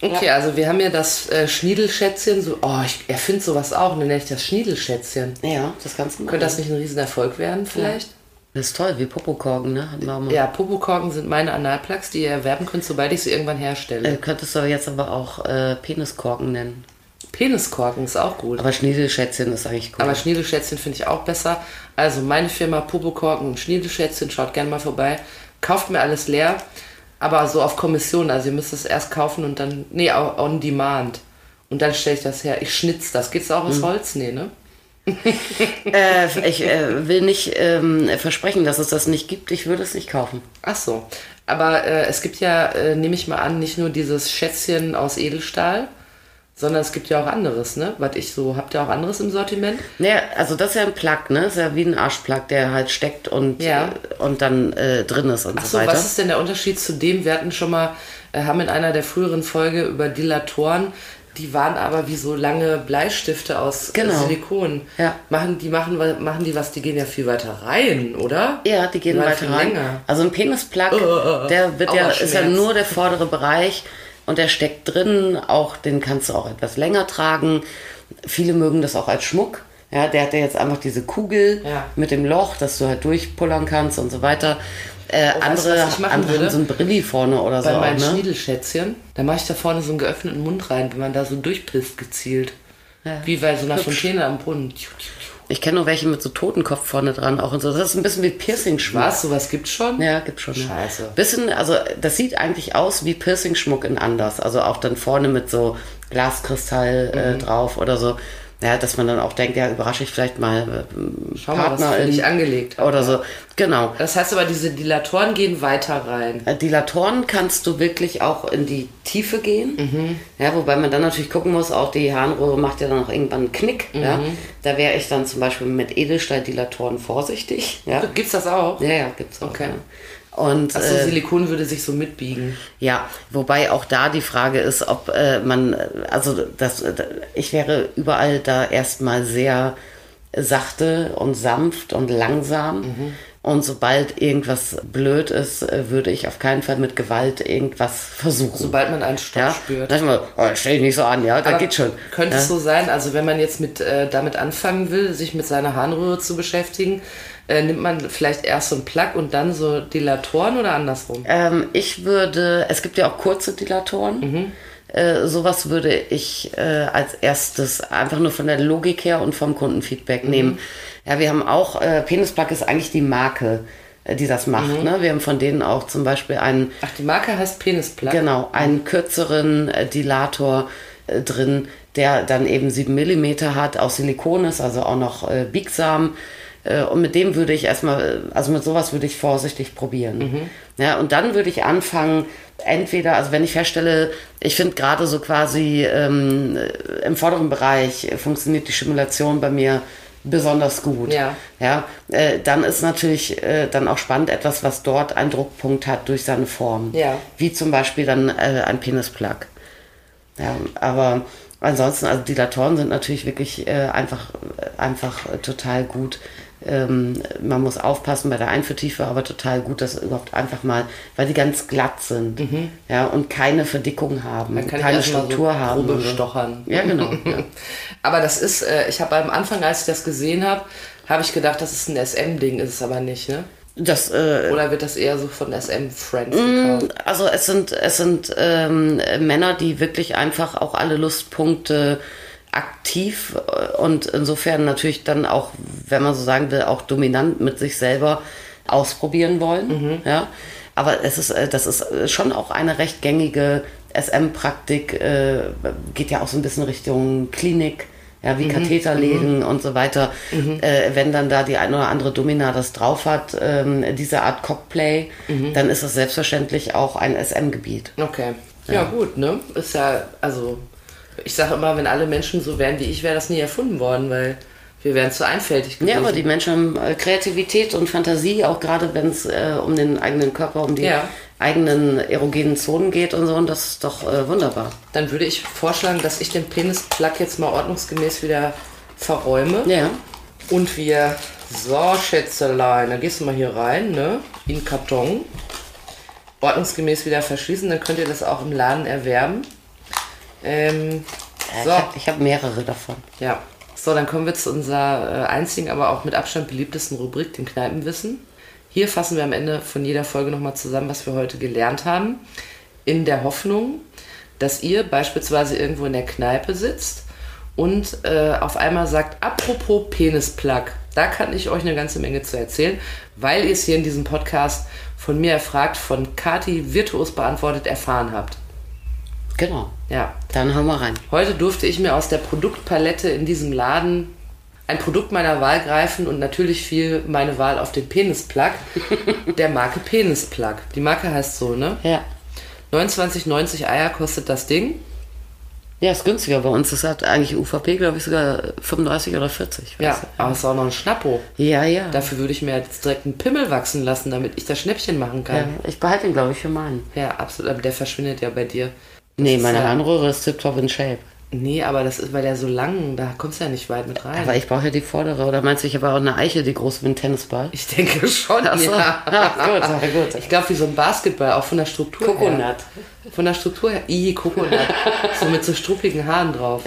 Speaker 2: Okay, also wir haben ja das äh, Schniedelschätzchen, so, oh, ich erfinde sowas auch, und dann nenne ich das Schniedelschätzchen.
Speaker 3: Ja, das Ganze.
Speaker 2: Könnte das nicht ein Riesenerfolg werden vielleicht?
Speaker 3: Das ist toll, wie Popokorken, ne? Hatten wir auch mal.
Speaker 2: Ja, Popokorken sind meine Analplugs, die ihr erwerben könnt, sobald ich sie irgendwann herstelle.
Speaker 3: Äh, könntest du jetzt aber auch äh, Peniskorken nennen.
Speaker 2: Peniskorken ist auch gut.
Speaker 3: Aber Schniedelschätzchen ist eigentlich cool.
Speaker 2: Aber Schniedelschätzchen finde ich auch besser. Also meine Firma Popokorken und Schniedelschätzchen, schaut gerne mal vorbei. Kauft mir alles leer, aber so auf Kommission. Also ihr müsst es erst kaufen und dann, nee, au- on demand. Und dann stelle ich das her. Ich schnitz das. Geht's auch aus Holz? Nee, ne?
Speaker 3: äh, ich äh, will nicht ähm, versprechen, dass es das nicht gibt. Ich würde es nicht kaufen.
Speaker 2: Ach so. Aber äh, es gibt ja, äh, nehme ich mal an, nicht nur dieses Schätzchen aus Edelstahl, sondern es gibt ja auch anderes, ne? Was ich so, habt ihr auch anderes im Sortiment?
Speaker 3: Naja, also das ist ja ein Plug, ne? Das ist ja wie ein Arschplug, der halt steckt und,
Speaker 2: Ja.
Speaker 3: äh, und dann äh, drin ist und
Speaker 2: Ach
Speaker 3: so
Speaker 2: so,
Speaker 3: weiter.
Speaker 2: was ist denn der Unterschied zu dem? Wir hatten schon mal, äh, haben in einer der früheren Folge über Dilatoren, die waren aber wie so lange Bleistifte aus äh,
Speaker 3: Genau.
Speaker 2: Silikon.
Speaker 3: Ja.
Speaker 2: Machen die, machen, wa- machen die was, die gehen ja viel weiter rein, oder?
Speaker 3: Ja, die gehen
Speaker 2: Oder
Speaker 3: weiter
Speaker 2: viel
Speaker 3: rein.
Speaker 2: länger.
Speaker 3: Also ein Penisplug,
Speaker 2: Äh,
Speaker 3: der wird ja,
Speaker 2: Aua,
Speaker 3: ist ja
Speaker 2: Schmerz.
Speaker 3: nur der vordere Bereich und der steckt drin. Auch den kannst du auch etwas länger tragen. Viele mögen das auch als Schmuck. Ja, der hat ja jetzt einfach diese Kugel
Speaker 2: Ja.
Speaker 3: mit dem Loch, dass du halt durchpullern kannst und so weiter. Äh,
Speaker 2: Oh, weißt du,
Speaker 3: andere
Speaker 2: was ich machen
Speaker 3: andere haben
Speaker 2: würde?
Speaker 3: so ein Brilli vorne oder so.
Speaker 2: Bei
Speaker 3: Auch,
Speaker 2: meinen
Speaker 3: ne?
Speaker 2: Schniedelschätzchen, da mache ich da vorne so einen geöffneten Mund rein, wenn man da so durchpisst gezielt. Wie bei so einer Fontäne am Brunnen.
Speaker 3: Ich kenne nur welche mit so Totenkopf vorne dran auch und so. Das ist ein bisschen wie Piercing-Schmuck.
Speaker 2: Was? Sowas gibt's schon?
Speaker 3: Ja, gibt schon. ja.
Speaker 2: Scheiße.
Speaker 3: Bisschen, also das sieht eigentlich aus wie Piercing-Schmuck in anders. Also auch dann vorne mit so Glaskristall
Speaker 2: Mhm.
Speaker 3: äh, drauf oder so. Ja, dass man dann auch denkt, ja, überrasche ich vielleicht mal äh,
Speaker 2: Schau mal, was ich für
Speaker 3: Partnerin
Speaker 2: dich angelegt habe.
Speaker 3: oder so. Genau.
Speaker 2: Das heißt aber, diese Dilatoren gehen weiter rein.
Speaker 3: Die Latoren kannst du wirklich auch in die Tiefe gehen.
Speaker 2: Mhm.
Speaker 3: Ja, wobei man dann natürlich gucken muss, auch die Harnröhre macht ja dann auch irgendwann einen Knick. Ja.
Speaker 2: Mhm.
Speaker 3: Da wäre ich dann zum Beispiel mit Edelstahl-Dilatoren vorsichtig. Ja,
Speaker 2: Gibt's das auch?
Speaker 3: ja, ja gibt's auch.
Speaker 2: Okay.
Speaker 3: Ja. Und,
Speaker 2: Achso,
Speaker 3: äh,
Speaker 2: Silikon würde sich so mitbiegen.
Speaker 3: Ja, wobei auch da die Frage ist, ob äh, man, äh, also das, äh, ich wäre überall da erstmal sehr sachte und sanft und langsam.
Speaker 2: Mhm.
Speaker 3: Und sobald irgendwas blöd ist, äh, würde ich auf keinen Fall mit Gewalt irgendwas versuchen.
Speaker 2: Sobald man einen Stopp
Speaker 3: ja,
Speaker 2: spürt.
Speaker 3: dann mal, oh, stell dich nicht so an, ja, da
Speaker 2: Aber
Speaker 3: geht schon.
Speaker 2: Könnte
Speaker 3: ja.
Speaker 2: es so sein, also wenn man jetzt mit, äh, damit anfangen will, sich mit seiner Harnröhre zu beschäftigen, äh, nimmt man vielleicht erst so einen Plug und dann so Dilatoren oder andersrum?
Speaker 3: Ähm, ich würde, es gibt ja auch kurze Dilatoren. Äh, sowas würde ich äh, als erstes einfach nur von der Logik her und vom Kundenfeedback nehmen. Ja, wir haben auch, äh, Penisplug ist eigentlich die Marke, äh, die das macht. Ne? Wir haben von denen auch zum Beispiel einen,
Speaker 2: Ach, die Marke heißt Penisplug.
Speaker 3: genau, einen kürzeren äh, Dilator äh, drin, der dann eben 7 mm hat, aus Silikon ist, also auch noch äh, biegsam Äh, Und mit dem würde ich erstmal, also mit sowas würde ich vorsichtig probieren. Ja, und dann würde ich anfangen, entweder, also wenn ich feststelle, ich finde gerade so quasi ähm, äh, im vorderen Bereich äh, funktioniert die Stimulation bei mir besonders gut.
Speaker 2: Ja.
Speaker 3: Ja, äh, dann ist natürlich äh, dann auch spannend etwas, was dort einen Druckpunkt hat durch seine Form.
Speaker 2: Ja.
Speaker 3: Wie zum Beispiel dann äh, ein Penisplug. Ja, aber ansonsten, also Dilatoren sind natürlich wirklich äh, einfach, äh, einfach äh, total gut. Ähm, man muss aufpassen bei der Einführtiefe, aber total gut, dass überhaupt einfach mal, weil die ganz glatt sind ja, und keine Verdickung haben,
Speaker 2: Mhm. Dann kann
Speaker 3: keine
Speaker 2: ich erst mal
Speaker 3: Struktur
Speaker 2: so
Speaker 3: haben.
Speaker 2: Probe stochern.
Speaker 3: Ja, genau. Ja.
Speaker 2: Aber das ist, äh, ich habe am Anfang, als ich das gesehen habe, habe ich gedacht, das ist ein SM-Ding, ist es aber nicht, ne?
Speaker 3: Das äh,
Speaker 2: Oder wird das eher so von SM-Friends gekauft?
Speaker 3: Also es sind, es sind ähm, Männer, die wirklich einfach auch alle Lustpunkte aktiv äh, und insofern natürlich dann auch, wenn man so sagen will, auch dominant mit sich selber ausprobieren wollen. Ja. Aber es ist, äh, das ist äh, schon auch eine recht gängige SM-Praktik, äh, geht ja auch so ein bisschen Richtung Klinik. Ja,
Speaker 2: Mhm.
Speaker 3: wie Katheter legen und so weiter. Äh, wenn dann da die ein oder andere Domina das drauf hat, ähm, diese Art Cockplay,
Speaker 2: Mhm.
Speaker 3: dann ist das selbstverständlich auch ein SM-Gebiet.
Speaker 2: Okay. Ja, gut, ne? Ist ja, also, ich sage immer, wenn alle Menschen so wären wie ich, wäre das nie erfunden worden, weil wir wären zu einfältig gewesen.
Speaker 3: Ja, aber die Menschen haben äh, Kreativität und Fantasie, auch gerade wenn es äh, um den eigenen Körper, um die
Speaker 2: Ja.
Speaker 3: eigenen erogenen Zonen geht und so. Und das ist doch äh, wunderbar.
Speaker 2: Dann würde ich vorschlagen, dass ich den Penisplug jetzt mal ordnungsgemäß wieder verräume.
Speaker 3: Ja. Äh,
Speaker 2: Und wir, so Schätzelein, dann gehst du mal hier rein, ne? In den Karton. Ordnungsgemäß wieder verschließen, dann könnt ihr das auch im Laden erwerben. Ähm,
Speaker 3: Äh, Ich
Speaker 2: so,
Speaker 3: habe hab mehrere davon.
Speaker 2: ja. So, dann kommen wir zu unserer äh, einzigen, aber auch mit Abstand beliebtesten Rubrik, dem Kneipenwissen. Hier fassen wir am Ende von jeder Folge nochmal zusammen, was wir heute gelernt haben. In der Hoffnung, dass ihr beispielsweise irgendwo in der Kneipe sitzt und äh, auf einmal sagt, apropos Penisplug, da kann ich euch eine ganze Menge zu erzählen, weil ihr es hier in diesem Podcast von mir erfragt, von Kati virtuos beantwortet erfahren habt.
Speaker 3: Genau.
Speaker 2: Ja,
Speaker 3: Dann hauen wir rein.
Speaker 2: Heute durfte ich mir aus der Produktpalette in diesem Laden ein Produkt meiner Wahl greifen und natürlich fiel meine Wahl auf den Penisplug der Marke Penisplug. Die Marke heißt so, ne?
Speaker 3: Ja.
Speaker 2: 29,90 Eier kostet das Ding.
Speaker 3: Ja, ist günstiger bei uns. Das hat eigentlich UVP, glaube ich, sogar 35 oder 40.
Speaker 2: Ja,
Speaker 3: weißt du?
Speaker 2: aber es ist auch noch ein Schnappo.
Speaker 3: Ja, ja.
Speaker 2: Dafür würde ich mir jetzt direkt einen Pimmel wachsen lassen, damit ich das Schnäppchen machen
Speaker 3: ja.
Speaker 2: kann.
Speaker 3: Ähm, Ich behalte ihn, glaube ich, für meinen.
Speaker 2: Ja, absolut. Aber der verschwindet ja bei dir.
Speaker 3: Nee, meine
Speaker 2: ja-
Speaker 3: Harnröhre ist tiptop in Shape.
Speaker 2: Nee, aber das ist, weil der so lang, da kommst du ja nicht weit mit rein.
Speaker 3: Aber ich brauche ja die vordere. Oder meinst du, ich habe auch eine Eiche, die groß wie ein Tennisball?
Speaker 2: ich denke schon,
Speaker 3: Ach so.
Speaker 2: ja.
Speaker 3: Gut, ah, gut.
Speaker 2: Ich glaube, wie so ein Basketball, auch von der Struktur her. Von der Struktur her. Ih, Kokonat. so mit so struppigen Haaren drauf.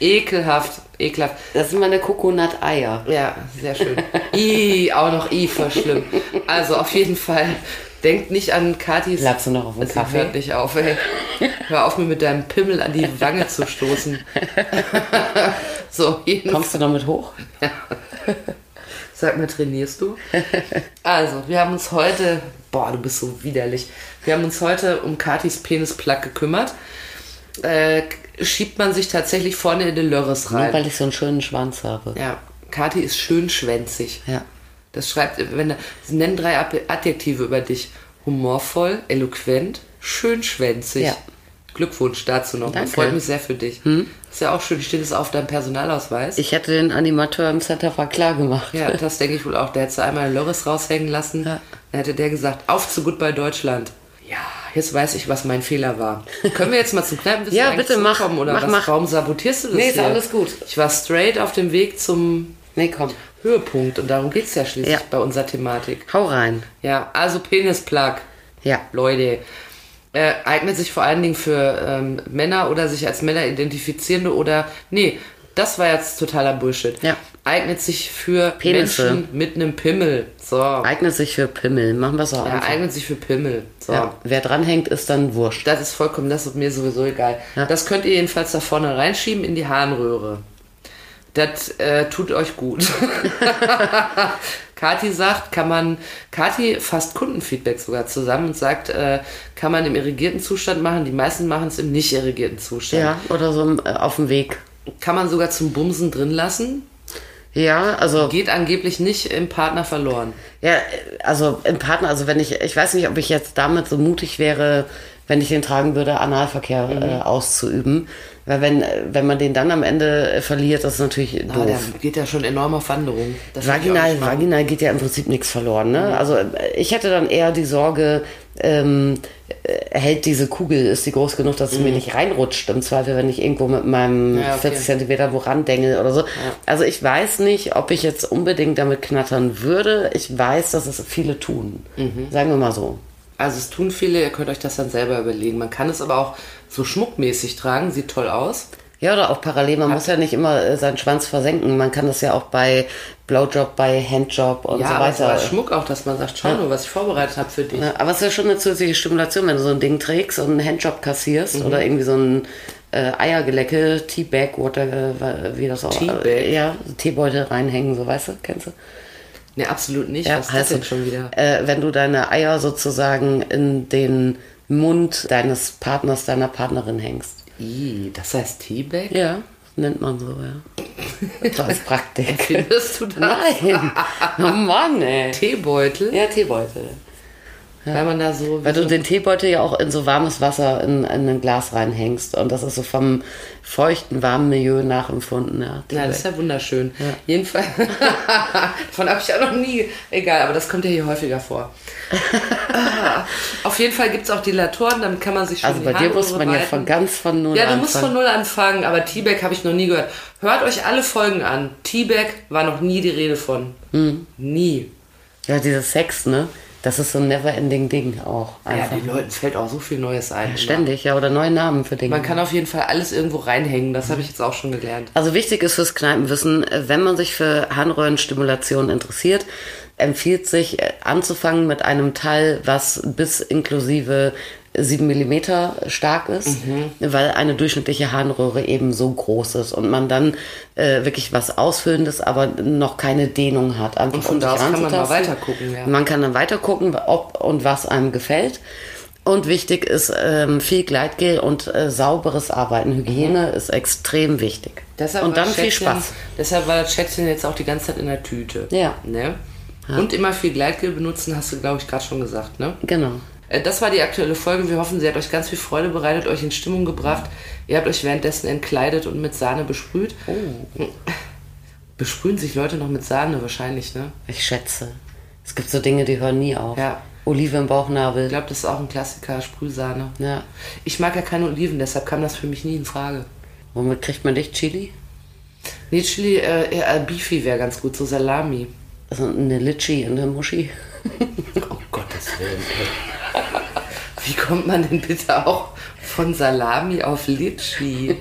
Speaker 2: Ekelhaft, ekelhaft.
Speaker 3: Das sind meine Kokonat-Eier.
Speaker 2: Ja, sehr schön. Ih, auch noch I, voll schlimm. Also auf jeden Fall, denkt nicht an Katis...
Speaker 3: Lachst du noch auf den
Speaker 2: Sie
Speaker 3: Kaffee?
Speaker 2: Hört nicht auf, ey. Hör auf, mir mit deinem Pimmel an die Wange zu stoßen. so, jeden
Speaker 3: Kommst du damit hoch?
Speaker 2: Sag mal, trainierst du? Also, wir haben uns heute, boah, du bist so widerlich. Wir haben uns heute um Katis Penisplug gekümmert. Äh, schiebt man sich tatsächlich vorne in den Lörres
Speaker 3: Nur
Speaker 2: rein.
Speaker 3: weil ich so einen schönen Schwanz habe.
Speaker 2: Ja, Kati ist schön schwänzig.
Speaker 3: Ja.
Speaker 2: Das schreibt, wenn sie nennen drei Ab- Adjektive über dich: humorvoll, eloquent, schön schwänzig.
Speaker 3: Ja.
Speaker 2: Glückwunsch dazu noch.
Speaker 3: Danke. Hm?
Speaker 2: Freut mich sehr für dich. Ist ja auch schön, steht es auf deinem Personalausweis.
Speaker 3: Ich hätte den Animateur im Center war klar gemacht.
Speaker 2: Ja, das denke ich wohl auch. Da hättest du einmal Loris raushängen lassen.
Speaker 3: Ja.
Speaker 2: Dann hätte der gesagt, auf zu gut bei Deutschland. Ja, jetzt weiß ich, was mein Fehler war. Können wir jetzt mal zum Kneipenwissen
Speaker 3: Ja,
Speaker 2: eigentlich
Speaker 3: bitte, mach,
Speaker 2: zurückkommen, oder
Speaker 3: mach,
Speaker 2: was?
Speaker 3: mach.
Speaker 2: Warum sabotierst du das
Speaker 3: Nee, ist
Speaker 2: hier?
Speaker 3: alles gut.
Speaker 2: Ich war straight auf dem Weg zum
Speaker 3: Nee, komm.
Speaker 2: Höhepunkt und darum geht's ja schließlich
Speaker 3: Ja.
Speaker 2: bei unserer Thematik.
Speaker 3: Hau rein.
Speaker 2: Ja, also Penisplug.
Speaker 3: Ja.
Speaker 2: Leute, äh, eignet sich vor allen Dingen für ähm, Männer oder sich als Männer identifizierende oder nee, das war jetzt totaler Bullshit.
Speaker 3: Ja.
Speaker 2: Eignet sich für
Speaker 3: Penisse.
Speaker 2: Menschen mit einem Pimmel. So. Ja,
Speaker 3: Eignet sich für Pimmel. Machen wir es auch einfach.
Speaker 2: eignet sich für Pimmel. So.
Speaker 3: Ja. Wer dranhängt, ist dann wurscht.
Speaker 2: Das ist vollkommen, das ist mir sowieso egal.
Speaker 3: Ja.
Speaker 2: Das könnt ihr jedenfalls da vorne reinschieben in die Harnröhre. Das äh, tut euch gut. Kati sagt, kann man, Kati fasst Kundenfeedback sogar zusammen und sagt, äh, kann man im irrigierten Zustand machen, die meisten machen es im nicht irrigierten Zustand.
Speaker 3: Ja, oder so äh, auf dem Weg.
Speaker 2: Kann man sogar zum Bumsen drin lassen?
Speaker 3: Ja, also
Speaker 2: Geht angeblich nicht im Partner verloren.
Speaker 3: Ja, also im Partner, also wenn ich, ich weiß nicht, ob ich jetzt damit so mutig wäre, wenn ich den tragen würde, Analverkehr äh, auszuüben. Weil wenn, äh, wenn man den dann am Ende äh, verliert, das ist natürlich
Speaker 2: Ah, da
Speaker 3: doof.
Speaker 2: geht ja schon enorm auf Wanderung. Das will ich auch
Speaker 3: Vaginal,
Speaker 2: nicht machen.
Speaker 3: vaginal geht ja im Prinzip nichts verloren. Ne? Also äh, ich hätte dann eher die Sorge, ähm, äh, hält diese Kugel, ist die groß genug, dass sie mir nicht reinrutscht im Zweifel, wenn ich irgendwo mit meinem
Speaker 2: Mhm. Ja, okay.
Speaker 3: 40 Zentimeter woran dengel oder so. Also ich weiß nicht, ob ich jetzt unbedingt damit knattern würde. Ich weiß, dass es viele tun.
Speaker 2: Mhm.
Speaker 3: Sagen wir mal so.
Speaker 2: Also es tun viele, ihr könnt euch das dann selber überlegen. Man kann es aber auch so schmuckmäßig tragen, sieht toll aus.
Speaker 3: Ja, oder auch parallel. Man muss ja nicht immer äh, seinen Schwanz versenken. Man kann das ja auch bei Blowjob, bei Handjob und
Speaker 2: ja,
Speaker 3: so
Speaker 2: aber es
Speaker 3: weiter.
Speaker 2: war Schmuck auch, dass man sagt, schau nur, was ich vorbereitet habe für dich.
Speaker 3: Ja, Ne? aber es ist ja schon eine zusätzliche Stimulation, wenn du so ein Ding trägst und einen Handjob kassierst
Speaker 2: Mhm.
Speaker 3: oder irgendwie so ein äh, Eiergelecke, Teabag, whatever, wie das auch
Speaker 2: Teabag?
Speaker 3: Ja, so Teebeutel reinhängen, so weißt du, kennst du?
Speaker 2: Ne, absolut nicht. was ist das
Speaker 3: heißt
Speaker 2: denn
Speaker 3: so,
Speaker 2: schon wieder?
Speaker 3: Äh, wenn du deine Eier sozusagen in den Mund deines Partners, deiner Partnerin hängst.
Speaker 2: Ih, das heißt Teabag?
Speaker 3: Ja, nennt man so, ja. Das ist Praktik.
Speaker 2: Findest du das?
Speaker 3: Nein, oh Mann, ey.
Speaker 2: Teebeutel?
Speaker 3: Ja, Teebeutel.
Speaker 2: Weil man da so...
Speaker 3: Weil du den Teebeutel ja auch in so warmes Wasser in, in ein Glas reinhängst. Und das ist so vom feuchten, warmen Milieu nachempfunden. Ja,
Speaker 2: Na, das ist ja wunderschön. Jedenfalls, davon habe ich ja noch nie. Egal, aber das kommt ja hier häufiger vor. Ah, Auf jeden Fall gibt es auch Dilatoren, damit kann man sich schon
Speaker 3: also
Speaker 2: die
Speaker 3: bei dir
Speaker 2: Harnröhre
Speaker 3: muss man ja
Speaker 2: weiten.
Speaker 3: von ganz von null
Speaker 2: Ja, du
Speaker 3: anfangen.
Speaker 2: musst von null anfangen, aber T-Bag habe ich noch nie gehört. Hört euch alle Folgen an. T-Bag war noch nie die Rede von. Nie.
Speaker 3: ja, dieses Sex, ne? Das ist so ein never-ending Ding auch.
Speaker 2: Ja,
Speaker 3: Einfach.
Speaker 2: den Leuten fällt auch so viel Neues ein.
Speaker 3: Ständig, ja, oder neue Namen für Dinge.
Speaker 2: Man kann auf jeden Fall alles irgendwo reinhängen, das habe ich jetzt auch schon gelernt.
Speaker 3: Also wichtig ist fürs Kneipenwissen, äh, wenn man sich für Harnröhrenstimulation interessiert, empfiehlt sich äh, anzufangen mit einem Teil, was bis inklusive 7 mm stark ist,
Speaker 2: Mhm.
Speaker 3: weil eine durchschnittliche Harnröhre eben so groß ist und man dann äh, wirklich was Ausfüllendes, aber noch keine Dehnung hat. Einfach
Speaker 2: Und von
Speaker 3: um sich
Speaker 2: da aus kann man mal
Speaker 3: ranzutasten.
Speaker 2: weitergucken, ja.
Speaker 3: Man kann dann weitergucken, ob und was einem gefällt. Und wichtig ist ähm, viel Gleitgel und äh, sauberes Arbeiten. Hygiene ist extrem wichtig. und
Speaker 2: Mhm. war
Speaker 3: dann viel
Speaker 2: Schätzchen-
Speaker 3: Spaß.
Speaker 2: Deshalb war das Schätzchen jetzt auch die ganze Zeit in der Tüte.
Speaker 3: Ja.
Speaker 2: Ne? Und immer viel Gleitgel benutzen, hast du, glaube ich, gerade schon gesagt. Ne?
Speaker 3: Genau.
Speaker 2: Äh, Das war die aktuelle Folge. Wir hoffen, sie hat euch ganz viel Freude bereitet, euch in Stimmung gebracht. Ihr habt euch währenddessen entkleidet und mit Sahne besprüht. Besprühen sich Leute noch mit Sahne wahrscheinlich, ne?
Speaker 3: Ich schätze. Es gibt so Dinge, die hören nie auf.
Speaker 2: Ja.
Speaker 3: Olive im Bauchnabel.
Speaker 2: Ich glaube, das ist auch ein Klassiker, Sprühsahne.
Speaker 3: ja.
Speaker 2: Ich mag ja keine Oliven, deshalb kam das für mich nie in Frage.
Speaker 3: Womit kriegt man dich? Chili?
Speaker 2: Nee, Chili, äh, äh, Beefy wäre ganz gut, so Salami.
Speaker 3: Also eine Litschi in der Muschi.
Speaker 2: Oh Gottes Willen. ey. Wie kommt man denn bitte auch von Salami auf Litschi?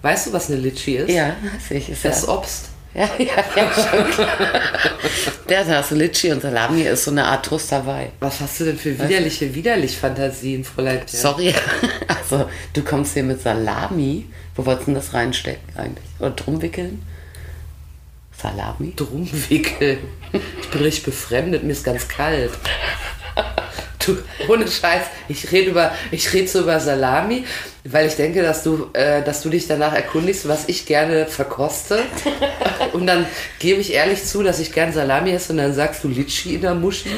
Speaker 2: Weißt du, was eine Litschi ist?
Speaker 3: Ja, weiß ich. Ist
Speaker 2: Das
Speaker 3: ja,
Speaker 2: Obst.
Speaker 3: ja, ja, ja, schon klar. Der da ist Litschi und Salami ist so eine Art Trust dabei.
Speaker 2: Was hast du denn für widerliche, widerlich Fantasien, Fräulein?
Speaker 3: Sorry. Also, du kommst hier mit Salami. Wo wolltest du denn das reinstecken eigentlich? Oder drum wickeln? Salami?
Speaker 2: Drum wickeln. Ich bin richtig befremdet, mir ist ganz kalt. Du, ohne Scheiß, ich rede über, ich rede so über Salami, weil ich denke, dass du, äh, dass du dich danach erkundigst, was ich gerne verkoste. Und dann gebe ich ehrlich zu, dass ich gern Salami esse und dann sagst du Litschi in der Muschi.